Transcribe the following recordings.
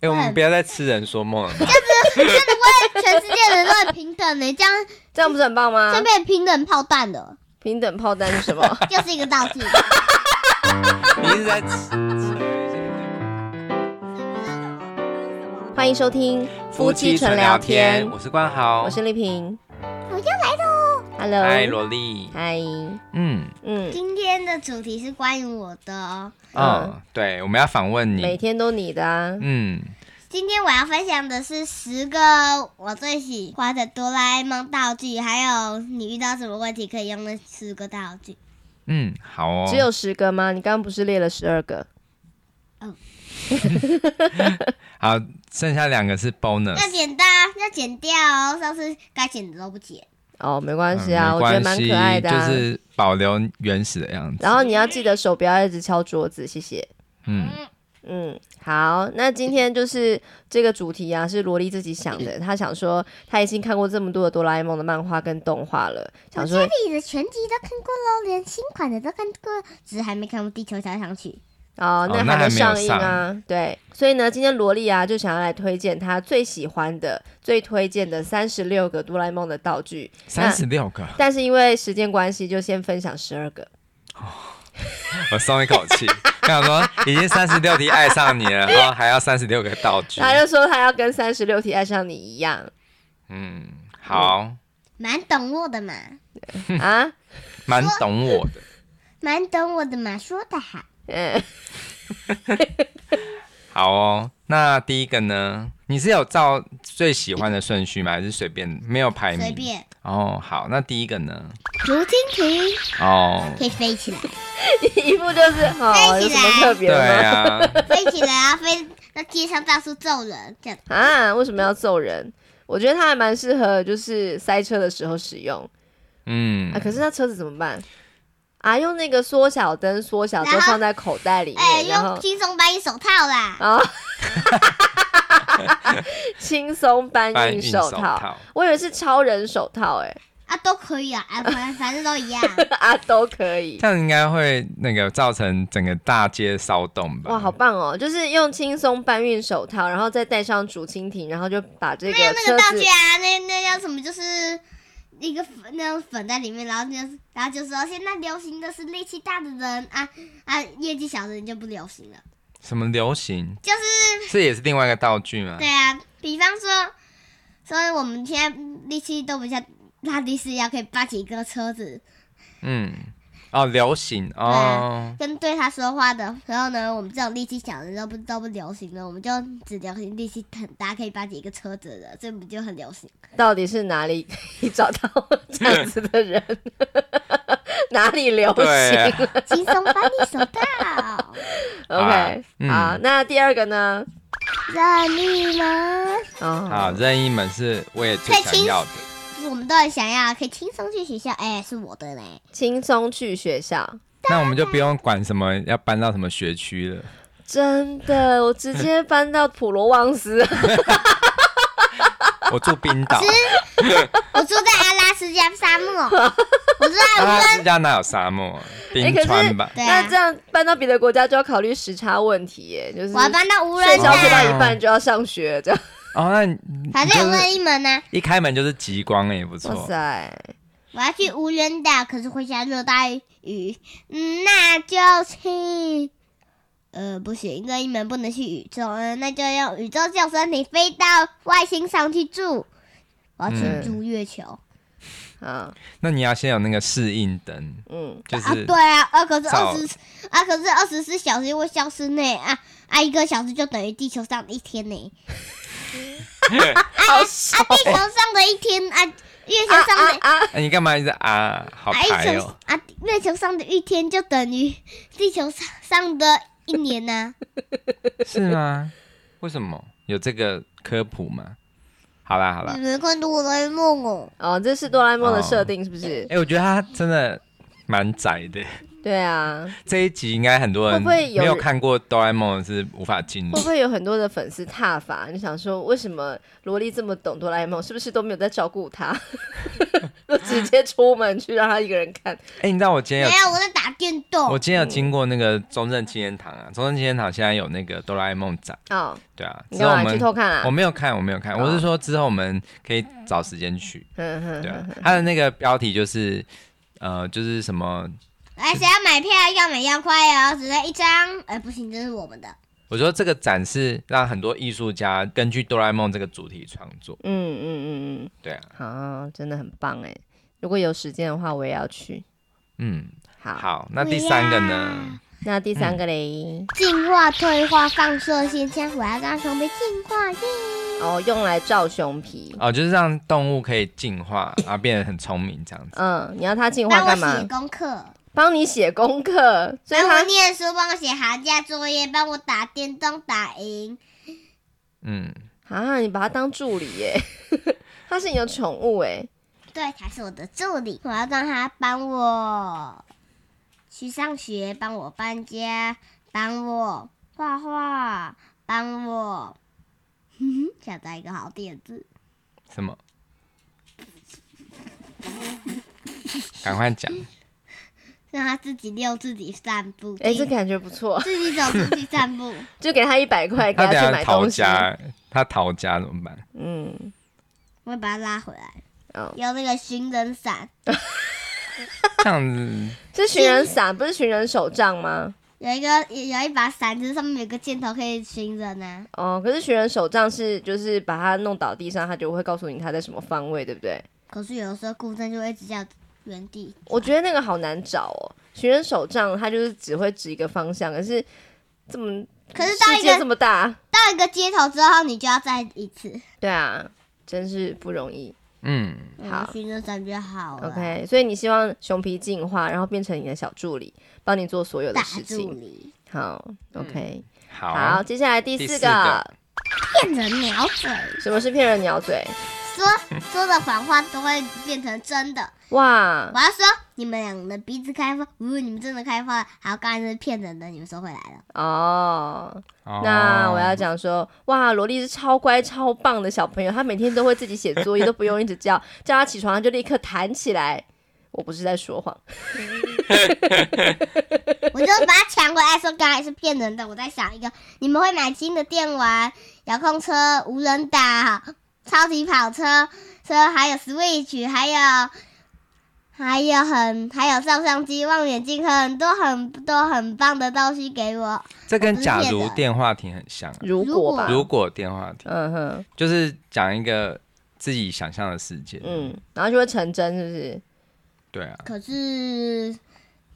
哎，我们分不要再痴人说梦了。全世界的人都很平等欸呢、这样这样不是很棒吗顺？便平等炮弹的，平等炮弹 是什么？就是一个道具。你一直在吃吃那些欢迎收听纯聊天，我是关豪，我是丽萍，我又来喽嗨，Hello，萝莉，嗨，嗯嗯，今天的主题是关于我的哦，嗯，对，我们要访问每你，天都你的啊，嗯，今天我要分享的是十个我最喜欢的哆啦 A 梦道具，还有你遇到什么问题可以用那十个道具。嗯，好哦，只有十个吗？你刚刚不是列了十二个？好，剩下两个是要 bonus，剪刀，要剪掉哦，上次该剪的都不剪。哦，没关嗯系啊，没我觉得关蛮系可爱的、就啊。是保留原始的样子然，后你要记得手不要一直敲桌子，谢谢。嗯，嗯，好，那今天就是这个主题啊，是萝莉自己想的。她想说，她已经看过这么多的哆啦 A 梦的漫画跟动画了，想说自己的全集都看过喽，连新款的都看过，只是还没看过《地球交响曲哦，那那还还没没上有映啊。对，所以呢，今天萝莉啊就想要来推荐她最喜欢的、最推荐的三十六个哆啦 A 梦的道具。三十六个，但是因为时间关系，就先分享十二个。我松一 口气，我想说已经三十六题爱上你了，然后还要三十六个道 具，她就说她要跟三十六题爱上你一样嗯，好，》，蛮懂我的嘛，啊。 蛮懂我的，蛮懂我的嘛，说的好。嗯，好哦。那第一个呢？你是有照最喜欢的顺序吗？还是随便没有排名？随便，哦，好，那第一个呢？竹蜻蜓哦，可以飞起 来，一副就是哦，有什么特别对的吗？啊， 飞起来啊，飞那街上到处揍人，这样啊，为什么要揍人？我觉得它还蛮适合，就是塞车的时候使用嗯啊。，可是那车子怎么办？啊，用那个缩小灯缩小，然就后放在口袋里哎、面，然后用轻松搬一手套啦， 啊，轻松搬搬运运手手套。套，我以为是超人手套、啊都可以啊，啊 反反正都一样。哎，啊都可 以，这样应该会那个造成整个大街骚动吧？哇，好棒哦！就是用轻松搬运手套，然后再戴上竹蜻蜓，然后就把这个那那车个道子具啊，那那叫什么？就是一个粉那种粉在里面，然后就是然后就说现在流行的是力气大的人啊啊，业绩小的人就不流行了。什么流行？就是这也是另外一个道具嗯吗？对啊，比方说说我们现在力气都比较拉力士要可以扒起一个车子，嗯，哦，流行哦，跟对他说话的时候呢，我们这种力气小的都不都不流行了，我们就只流行力气很大可以扒起一个车子的，这不就很流行？到底是哪里可以找到这样子 的人？哪里啊流对啊行轻松把你手到， ？OK，嗯好，那第二个呢？让你们，啊好，哦，任意门是我也最想要的，我们都很想要，可以轻松去学校。哎、是我的嘞，轻松去学校，那我们就不用管什么要搬到什么学区了，真的，我直接搬到普罗旺斯。我住冰岛，我住在阿拉斯加沙 漠，我住在阿拉斯加哪有沙漠啊？冰川吧？对那啊这，样搬到别的国家就要考虑时差问题耶，就是我要搬到无人睡觉是睡吧岛，到一半就要上学，这样。哦，那你反你正就有是任意门呢、啊一开门就是极光，也不哇错。塞，我要去无人岛，可是会下热带雨，嗯，那就去，呃，不行，任意门不能去宇宙，嗯、那就用宇宙救生艇飞到外星上去住。我要去嗯住月球、啊，那你要先有那个适应灯，嗯，就啊，是对啊，啊，可是造二十，啊，可是二十四小时会消失呢，啊啊，一个小时就等于地球上的一天呢，好爽哦哎地球上的一天啊，月球啊上的啊啊！哎，你干嘛一直啊？好啊，一排球哦，啊，月球上的一天就等于地球上上的一年啊呐、是吗？为什么有这个科普吗？好啦好啦你，们看到我的梦哦，哦，这是哆啦 A 梦的设定是不是？哎，我觉得他真的蛮窄的，对啊，这一集应该很多人会不会有没有看过哆啦 A 梦是无法进入会不。会有很多的粉丝踏伐？你想说为什么萝莉这么懂哆啦 A 梦，是不是都没有在照顾他， 都直接出门去让他一个人看？哎，你知道我今没天有有，我在打电动我。今天有经过那个中正纪念堂啊，中正纪念堂现在有那个哆啦 A 梦展，哦，对啊，你之后我干嘛去们偷看我啊？没有看，我没有看，哦我是说之后我们可以找时间 去，嗯哼对哼啊，它的那个标题就是呃就是什么，哎，谁要买票要买要快哦，只剩一张。哎，不行，这是我们的。我说这个展是让很多艺术家根据哆啦 A 梦这个主题创作，嗯嗯嗯对啊，嗯，好，真的很棒哎！如果有时间的话，我也要去。嗯，好，好，那第三个呢？那第嗯三个嘞，进化、退化、放射线，现在我要让熊被进化耶！哦，用来照熊皮。哦，就是让动物可以进化啊，变得很聪明这样子。嗯，你要它进化帮干我写嘛？啊功课，帮你写功课，所以帮我它念书，帮我写寒假作业，帮我打电动打赢。嗯，啊，你把它当助理耶， 它是你的宠物哎。对，他是我的助理，我要让他帮我去上学，帮我搬家，帮我画画，帮我。哼哼，想到一个好点子，什么？赶快讲，让他自己遛，自己散步，哎、这感觉不错，自己走，自己散 步。就给他一百块， 给他他等去下买逃东西。家，他逃家怎么办？嗯，我会把他拉回来，哦，用那个寻人伞，这样子是寻人伞，不是寻人手杖吗？有一个有一把伞，就是上面有个箭头可以寻人啊。哦，可是寻人手杖是就是把它弄倒地上，它就会告诉你它在什么方位，对不对？可是有的时候孤灯就会一直叫原地，我觉得那个好难找哦。寻人手杖它就是只会指一个方向，可是这么可是到世一界这个么大，到一个街头之后，你就要再一次。对啊，真是不容易。嗯，好嗯寻人伞比较好了。 OK，所以你希望熊皮进化，然后变成你的小助理，帮你做所有的大事助情。理嗯好，OK，、好，啊好，接下来第第四四个，个骗人鸟嘴，什么是骗人 鸟嘴？ 说说的谎话都会变成真的。哇我要说你们两个的鼻子开花，呜、你们真的开花了。好，刚才是骗人的，你们收回来了。哦，哦那我要讲说，哇，萝莉是超乖超棒的小朋友，她每天都会自己写作业，都不用一直叫， 叫她起床她就立刻弹起来。我不是在说谎， 我就把它抢回来，说刚才是骗人的。我在想一个，你们会买新的电玩、遥控车、无人岛、超级跑车车，还有 Switch，还有还有很还有照相机、望远镜，很多很多很棒的东西给我。这跟假不是如骗的电话亭很像啊、如如果果吧，如果电话亭嗯哼，就是讲一个自己想象的世界，嗯，嗯，然后就会成真，是不是？对啊，可是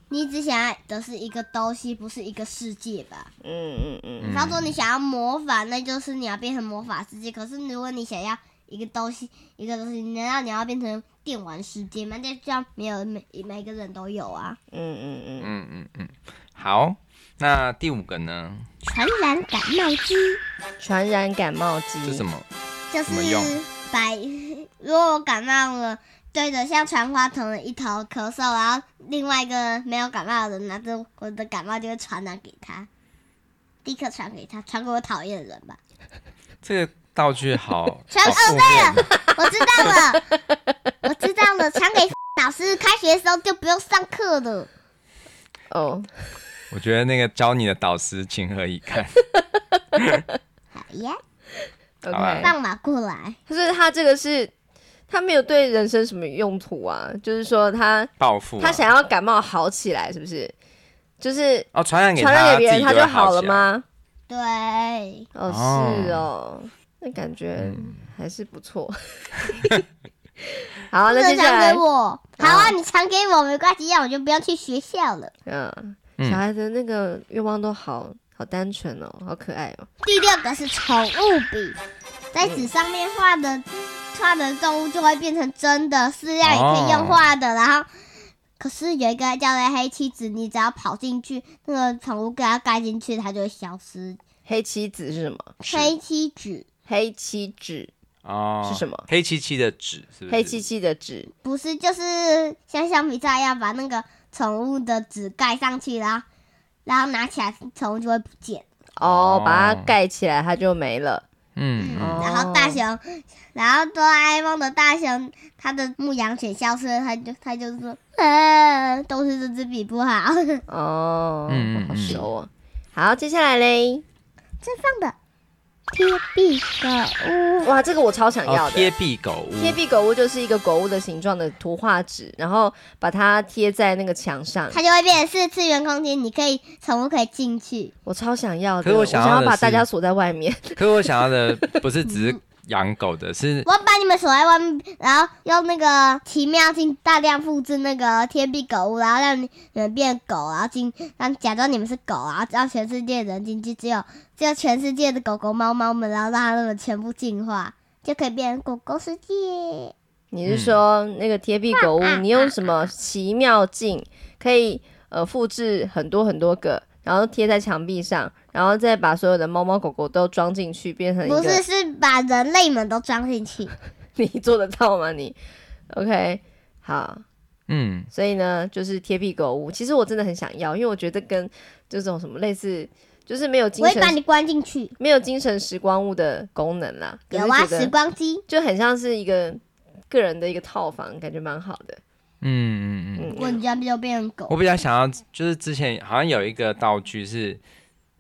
你只想要的是一个东西，不是一个世界吧？嗯嗯嗯，比方说你想要魔法，那就是你要变成魔法世界。可是如果你想要一个东西，一个东西，难道你要变成电玩世界吗？那这样没有每每个人都有啊。嗯嗯嗯，嗯嗯嗯，好，那第五个呢传染感冒机传染感冒机是什么？就怎么用是把，如果我感冒了。对着像传话筒的一头咳嗽，然后另外一个没有感冒的人拿着我的感冒就会传染给他，立刻传给他，传给我讨厌的人吧。这个道具 好，好传负面啊哦 我知道了，我知道了，传给 老师，开学的时候就不用上课了。哦，我觉得那个教你的导师情何以 堪？好哎呀，好啊 OK，放马过来，可是他这个是，他没有对人生什么用途啊，就是说他报复啊、他想要感冒好起来，是不是？就是哦，传染给传染给别自人己他就会好起了来？吗？对，哦，哦嗯是哦，那感觉还是不 错。好，那不接能下传来给，我。好啊，你传给我没关系，让我就不要去学校了。嗯，嗯小孩的那个愿望都好好单纯哦，好可爱哦。第六个是宠物笔，在纸上面画的画的动物就会变成真的，饲料也可以用画的。然后，可是有一个叫做黑棋子，你只要跑进去，那个宠物给它盖进去，它就会消失。黑棋子是什么？黑棋子黑棋子哦，是什么？黑漆漆的纸是不是？黑漆漆的纸不是，就是像橡皮擦一样把那个宠物的纸盖上去啦，然后拿起来宠物就会不见。哦哦，把它盖起来，它就没了。嗯嗯哦然后大熊，然后哆啦 A 梦的大熊，他的牧羊犬消失了，他就他就说，嗯，都是这只笔不好， 这哦，嗯嗯好嗯熟哦。好，接下来嘞，放的贴壁狗屋，哇，这个我超想嗯要哦，的。贴壁狗屋，贴壁狗屋就是一个狗屋的形状的图画纸，然后把它贴在那个墙上。它就会变成四次元空间，你可以宠物可以进去。我超想要的，可是我我想想要的把是大家锁在外面。 可是我想要的不是只是养狗的，是我把你们锁在外面，然后用那个奇妙镜大量复制那个贴壁狗屋，然后让你们变狗，然后进让假装你们是狗，然后让全世界的人进去，只有只有全世界的狗狗、猫猫们，然后让它们全部进化，就可以变成狗狗世界。你是说那个贴壁狗屋，你用什么奇妙镜可以呃复制很多很多个，然后贴在墙壁上，然后再把所有的猫猫狗狗都装进去，变成一不个是，是把人类们都装进去。 你做得到吗？你 OK 好，嗯，所以呢就是贴壁狗屋，其实我真的很想要，因为我觉得跟这种什么类似，就是没有精我会神把你关进去，没有精神时光屋的功能啦，可是有啊，觉得时光机。就很像是一个个人的一个套房，感觉蛮好的。嗯嗯嗯，嗯，我你这样就变成狗我，比较想要就是之前好像有一个道具是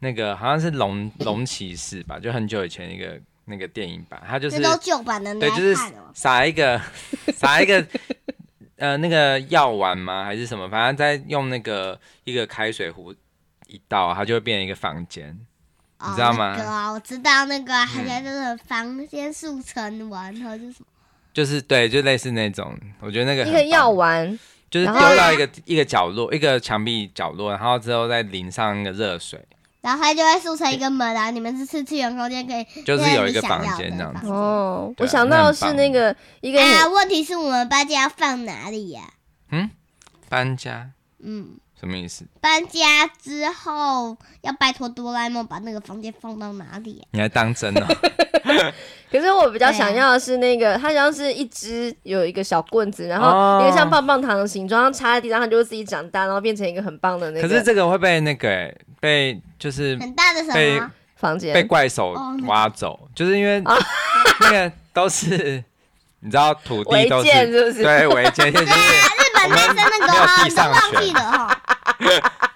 那个好像是龙龙骑士吧，就很久以前一个那个电影版，它就是这都旧版的，你对，还就是看哦？撒一个 撒一个呃那个药丸吗？还是什么？反正再用那个一个开水壶一倒，它就会变成一个房间。哦你知道吗那个啊，我知道那个啊，好像就是房间速成完，然后就是什么就是对，就类似那种，我觉得那个很一个棒药丸，就是然丢后到一个一个角落，一个墙壁角落，然后之后再淋上那个热水，然后它就会速成一个门啊。你们是四次元空间可以，就是有一个那啊房你想要间的这样子。房哦，对我啊想那到很是棒那个一个啊，很问题是我们搬家要放哪里呀？搬家嗯，什么意思？搬家之后要拜托哆啦 A 梦把那个房间放到哪里啊呀？你还当真 哦？可是我比较对啊想要的是那个，它好像是一只有一个小棍子，然后哦一个像棒棒糖的形状，它插在地上，它就会自己长大，然后变成一个很棒的那可是个这个会被那个、欸、被就是很大的什被么？房被间。怪手哦那个挖走，就是因哦为那个都是 你知道土地都违建是不是对违建，就是啊日本男生那个我哈，们没有地你都上忘记权 了哈。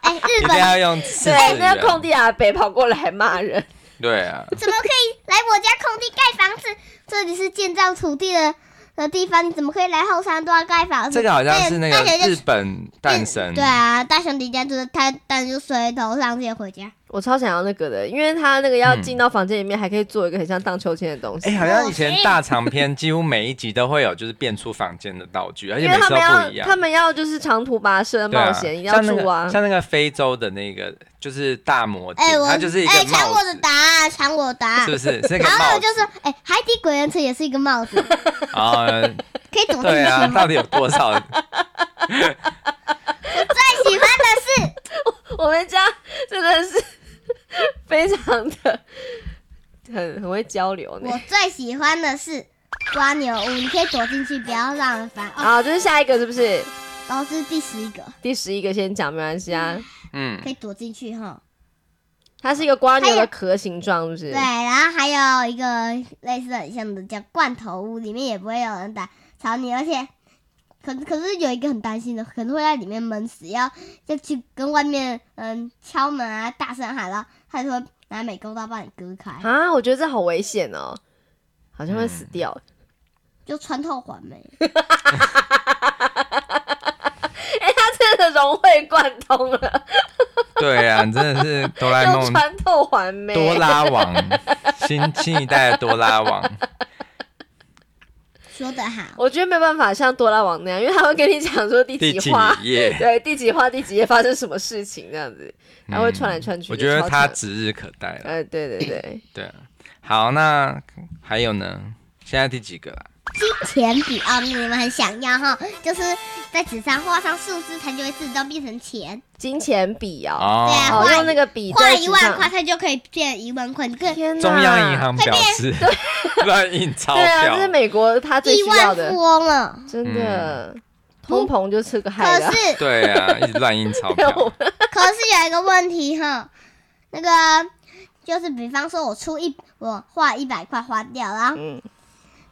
哎，一日定本要用次 对，元。那个空地阿北跑过来骂人，对啊，怎么可以来我家空地盖房子？这里是建造土地的的地方，你怎么可以来后山都要盖房子？这个好像是那个大学就日本诞生，对啊，大雄迪迦就是他，但就水头上直接回家。我超想要那个的，因为它那个要嗯进到房间里面，还可以做一个很像荡秋千的东哎、西。好像以我前是大长篇几乎每一集都会有，就是变出房间的道具，而且因每为次他都们不一要，他样。们要就是长途跋涉对冒啊，险，一定要像那住啊个！像那个非洲的那个就是大魔镜哎、，我它就是一哎个抢帽我的子，答案，抢我的答啊案是。不是？是一个然后帽我就子说，哎、海底鬼人车也是一个帽子，啊，可以躲进对去 啊，吗？到底有多少？最喜欢的是我们家真的是 非常的很很会交流呢我。最喜欢的是瓜牛屋，你可以躲进去，不要让人烦。哦，好，就是下一个是不是然后这是第十一个，第十一个先讲没关系啊？嗯可以躲进去哈。它是一个瓜牛还的有壳形状，是不对，是？然后还有一个类似很像的叫罐头屋，里面也不会有人打吵你，而且可可是有一个很担心的，可能会在里面闷死，要要去跟外面嗯敲门啊，大声喊，然后他就会拿美工刀帮你割开，啊，我觉得这好危险哦，好像会嗯死掉。就穿透环没。哎、它真的融会贯通了，对啊，你真的是哆啦 A 又梦穿透环美。多拉王，新新一代的多拉 王，说得好，我觉得没办法像多拉王那样，因为他会跟你讲说第第几几话，页？嗯 对，第几话第几页发生什么事情这样子，然后会嗯串来串去。我觉得他超扯指日可待了。呃，对对对，对啊，好，那还有呢？现在第几个啊啦？金钱笔哦，你们很想要哈，就是在纸上画上数字，它就会自动变成钱。 金钱笔哦，对啊哦，画用那个笔画在一纸万上块，，它就可以变一万块。你可以天哪，中央银，行表示 乱印钞对啊，这是票，美国他最亿需要万的富，翁了，嗯真的。通膨就吃个害可了。是对啊，一直乱印钞 对我票，可是有一个问题哈，那个就是比方说我出一我花一百块花掉了，然后嗯，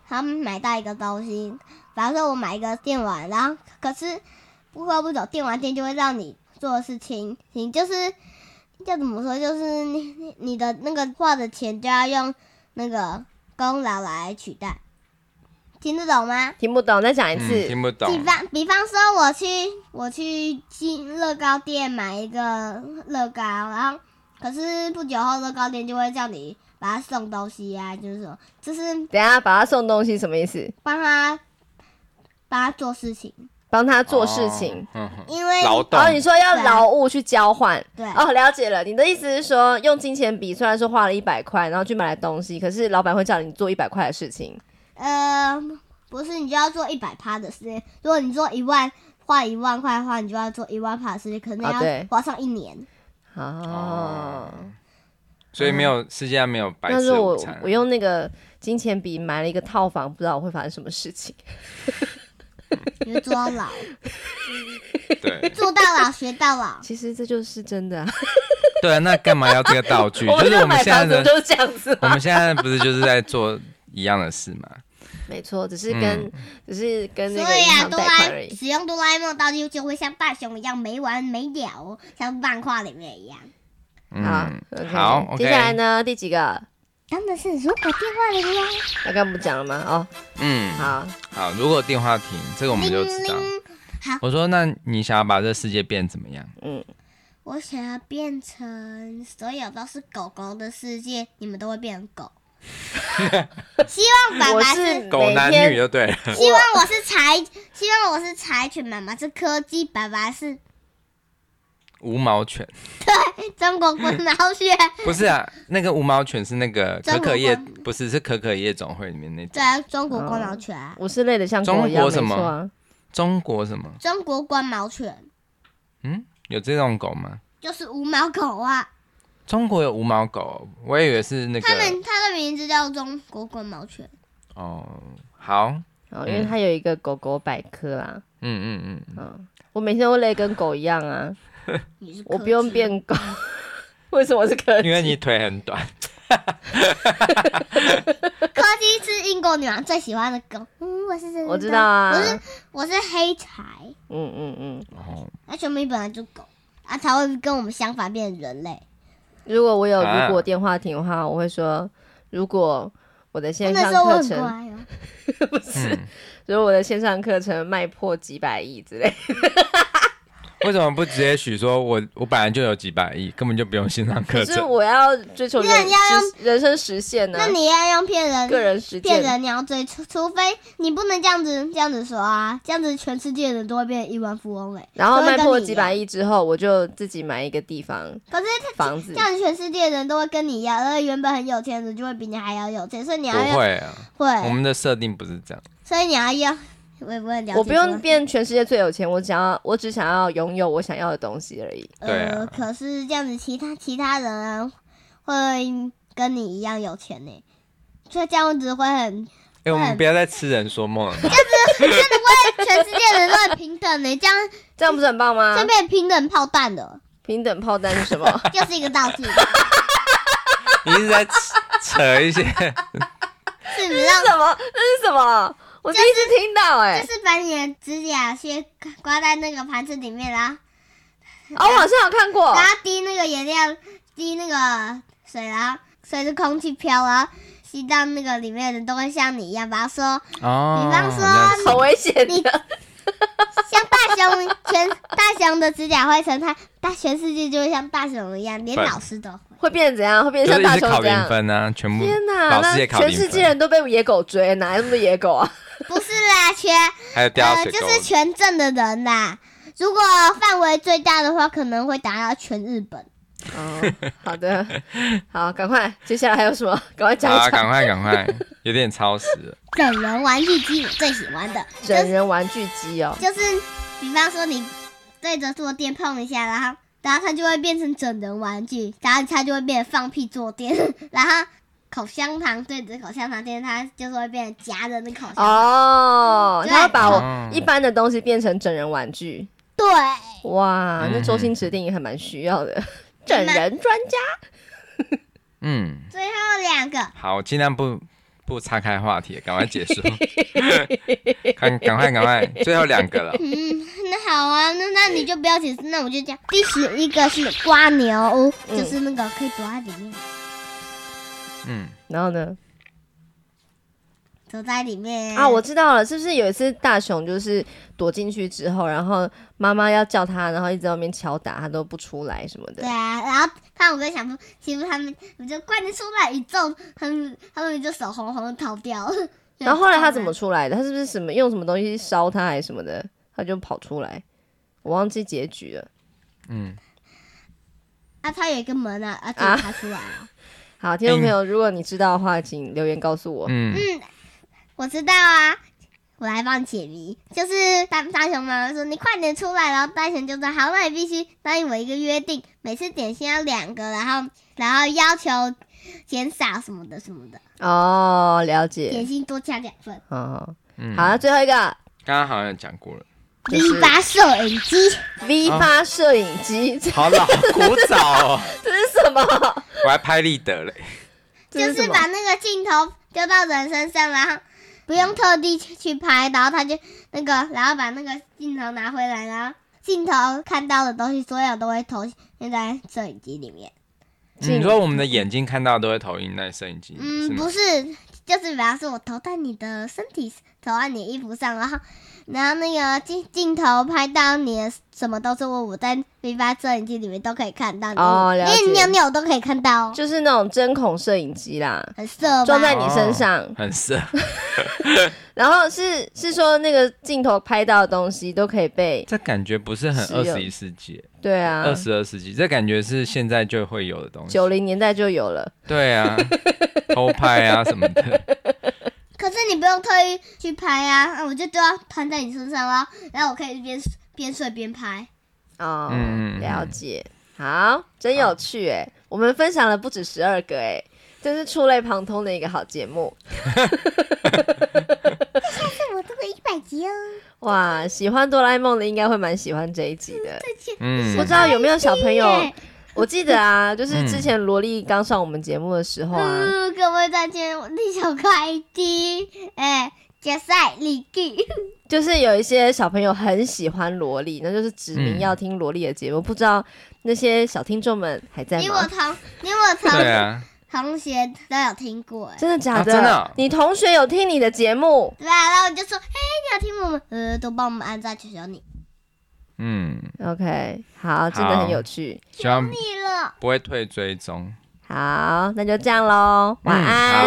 他们买到一个东西，比方说我买一个电玩，然后可是不得不走电玩店就会让你做的事情，你就是要怎么说，就是你你你的那个花的钱就要用那个功劳来取代，听得懂吗？听不懂，再讲一嗯，次。听不懂比。方比方说，我去我去进乐高店买一个乐高，然后可是不久后乐高店就会叫你把它送东西啊，就是说，就是等一下把他送东西什么意思？帮他帮他做事情，帮他做事情。哦，嗯因为哼劳动然后、你说要对劳务去交换。对哦，了解了。你的意思是说，用金钱比，虽然说花了一百块，然后去买了东西，可是老板会叫你做一百块的事情。呃不是你就要做一百趴的事情，如果你做一万花一万块的话，你就要做一万趴的事情，可能啊对要花上一年。哦哦，所以没有世界上没有白哦要吃是的午我餐。啊我用那个金钱比买了一个套房，不知道我会发生什么事情。你就做到老，对做到老学到老。其实这就是真的、啊， 对啊，那干嘛要这个道 具？就是要我们买现在房子的就是这样子啊我嘛。们现在不是就是在做一样的事吗？没错，只是跟、嗯只是跟那所个以银啊，行哆贷啦款而已。使用哆啦 A 梦道具就会像大雄一样没完没了哦，像漫画里面一样。好嗯， ，OK 好，OK，接下来呢？第几个？当然是如果电话铃呀，刚刚不讲了吗？哦，嗯，好，好，如果电话亭，这个我们就铃知道。铃。好，我说，那你想要把这世界变怎么样？嗯，我想要变成所有都是狗狗的世界，你们都会变成狗。 希望爸我爸是是，狗每男女天就对了。希望我是柴，希望我是柴犬，妈妈是柯基，爸爸是无毛犬中国滚毛 犬。不是啊，那个无毛犬是那个中可国可夜，观不是是可可夜总会里面那种对啊，中国滚毛犬啊，我是累得像狗中一样，国没什么错啊。中国什么？中国滚毛犬嗯，有这种狗吗？就是无毛狗啊。中国有无毛狗，我也以为是那他们个它的名字叫中国滚毛犬，哦。好，哦，因为它有一个狗狗百科啦，嗯嗯嗯，嗯，我每天都累得跟狗一样啊，你是我柯不用基，变狗， 为什么是柯基？因为你腿很短，柯基是英国女王最喜欢的狗。嗯，我是真的我知道啊，我是我是黑柴，嗯嗯嗯，哦，那球迷本来就狗啊，才会跟我们相反变成人类，如果我有啊如果电话亭的话，我会说，如果我的不线能上说我课很乖程，哦。不是，嗯，如果我的线上课程卖破几百亿之类，为什么不直接许说我我本来就有几百亿，根本就不用线上课可是程？我要追求人那你要实人生实现呢那，你要用骗个人人实骗践，人，你要追，除除非你不能这样子这样子说啊，这样子全世界的人都会变成亿万富翁欸嘞。然后卖破几百亿，亿之后，我就自己买一个地方可是房子这。样全世界的人都会跟你一样，而原本很有钱的人就会比你还要有钱，所以你要不用会啊，我会，们的设定不是这样。所以你要用。我也不会了解，我不用变全世界最有钱，我想要，我只想要拥有我想要的东西而已。对啊呃，可是这样子，其他其他人啊会跟你一样有钱呢，所以这样子会很，哎、我们嗯不要再痴人说梦了吧。全世界人都很平等呢，这 样这样不是很棒吗就？变平等炮弹了，平等炮弹是 什么？就是一个道具， 你一直在扯扯一些，是不这是是让？什么？这是什么？我第一次听到哎、就是把你的指甲先刮在那个盘子里面，然后哦，我好像有看过然。后滴那个颜料，滴那个水，然后随着空气飘，然后吸到那个里面的人都会像你一样，把它说哦，比方说那是好危险的，像大熊全大熊的指甲灰尘，它大全世界就会像大熊一样，连笨老师都会。会变成怎样？会变就成是像一直大雄考这零样？分啊，全部天哪！老师那也考全零世界分，人都被野狗追，哪来那么多野狗 啊？不是啦，全还有掉到呃水就沟是里。全镇的人啦。如果范围最大的话，可能会达到全日本。哦，好的，好，赶快，接下来还有什么？赶快讲好啊，一赶讲。快赶快，有点超时了。整人玩具机我最喜欢的，就整是人玩具机哦，就是，比方说你对着坐垫碰一下，然后然后它就会变成整人玩具，然后它就会变成放屁坐垫，然后 口香糖对着口香糖贴，它就是会变成夹着那口香糖。哦，对他会把哦我一般的东西变成整人玩具，对，哇，那嗯周星驰电影还蛮需要的，整那人专家。嗯，最后两个好，尽量不不岔开话题，赶快结束， 赶赶快赶快，最后两个了， 嗯，那好啊，那那你就不要解释，那我就讲第十一个是瓜牛屋，嗯就是那个可以躲在里面，嗯，然后呢？躲在里面啊，我知道了，是不是有一次大雄就是躲进去之后，然后妈妈要叫他，然后一直在外面敲打，他都不出来什么的对。啊，然后胖虎跟小夫欺负他们，我就快点出来一揍，他们他们就手红红地逃掉了。然后后来他怎么出来的？他是不是什么用什么东西烧他还是什么的？他就跑出来，我忘记结局了。 嗯啊？他有一个门啊，啊，就啊爬出来啊。好，听众哎朋友，如果你知道的话，请留言告诉我。嗯嗯，我知道啊，我来帮你解谜。就是大大熊妈妈说：“你快点出来。”然后大熊就说：“好，那你必须答应我一个约定，每次点心要两个，然后然后要求减少什么的什么的，哦，了解点。心多加两份。哦，嗯，好，那最后一个刚刚好像有讲过了，就一是把摄影机， V 啊八摄影机，这好老古早、哦， 这是什么？我还拍立得嘞，这就是什是么把那个镜头丢到人身上，然后不用特地去去拍，然后他就那个，然后把那个镜头拿回来，然后镜头看到的东西，所有都会投现在摄影机里面。镜你说我们的眼睛看到都会投影在摄影机里，是嗯，吗不？是，就是比方说我投在你的身体，投在你的衣服上，然后然后那个镜镜头拍到你的什么都是我我在 V 八摄影机里面都可以看到，你哦了解连尿尿都可以看到哦，就是那种针孔摄影机啦，很色吧装？在你哦身上。很 色，然后是是说那个镜头拍到的东西都可以被这感觉不是很是二有十一世纪，对啊二，十二世纪，这感觉是现在就会有的东西。九零年代就有了。对 啊，偷拍啊什么的，可是你不用特意去拍啊，啊我就都要摊在你身上啦，然后我可以边边睡边拍。哦，嗯嗯嗯了解。好，真有趣哎！我们分享了不止十二个哎，真是触类旁通的一个好节目是我这个一百集哦，哇！喜欢哆啦 A 梦的应该会蛮喜欢这一集的。嗯不知道有没有小朋友耶？我记得啊，就是之前萝莉刚上我们节目的时候啊，嗯，各位再见，我是小快滴，哎、决赛李记，就是有一些小朋友很喜欢萝莉，那就是指明嗯要听萝莉的节目。不知道那些小听众们还在你我吗？同你我同、对啊，同学都有听过哎。真的假的？啊真的哦你同学有听你的节目？对啊，然后我就说，哎、你有听我们，呃，都帮我们按赞，求求你，嗯， OK，好，真的很有趣。希望你了，不会退追踪。好，那就这样喽，晚安。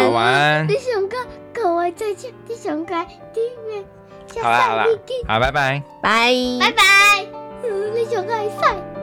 嗯好，晚安。李熊哥，各位再见，李熊哥，订阅，决好啦好赛啦李记，，好，拜拜。拜拜拜，嗯，李熊哥还赛。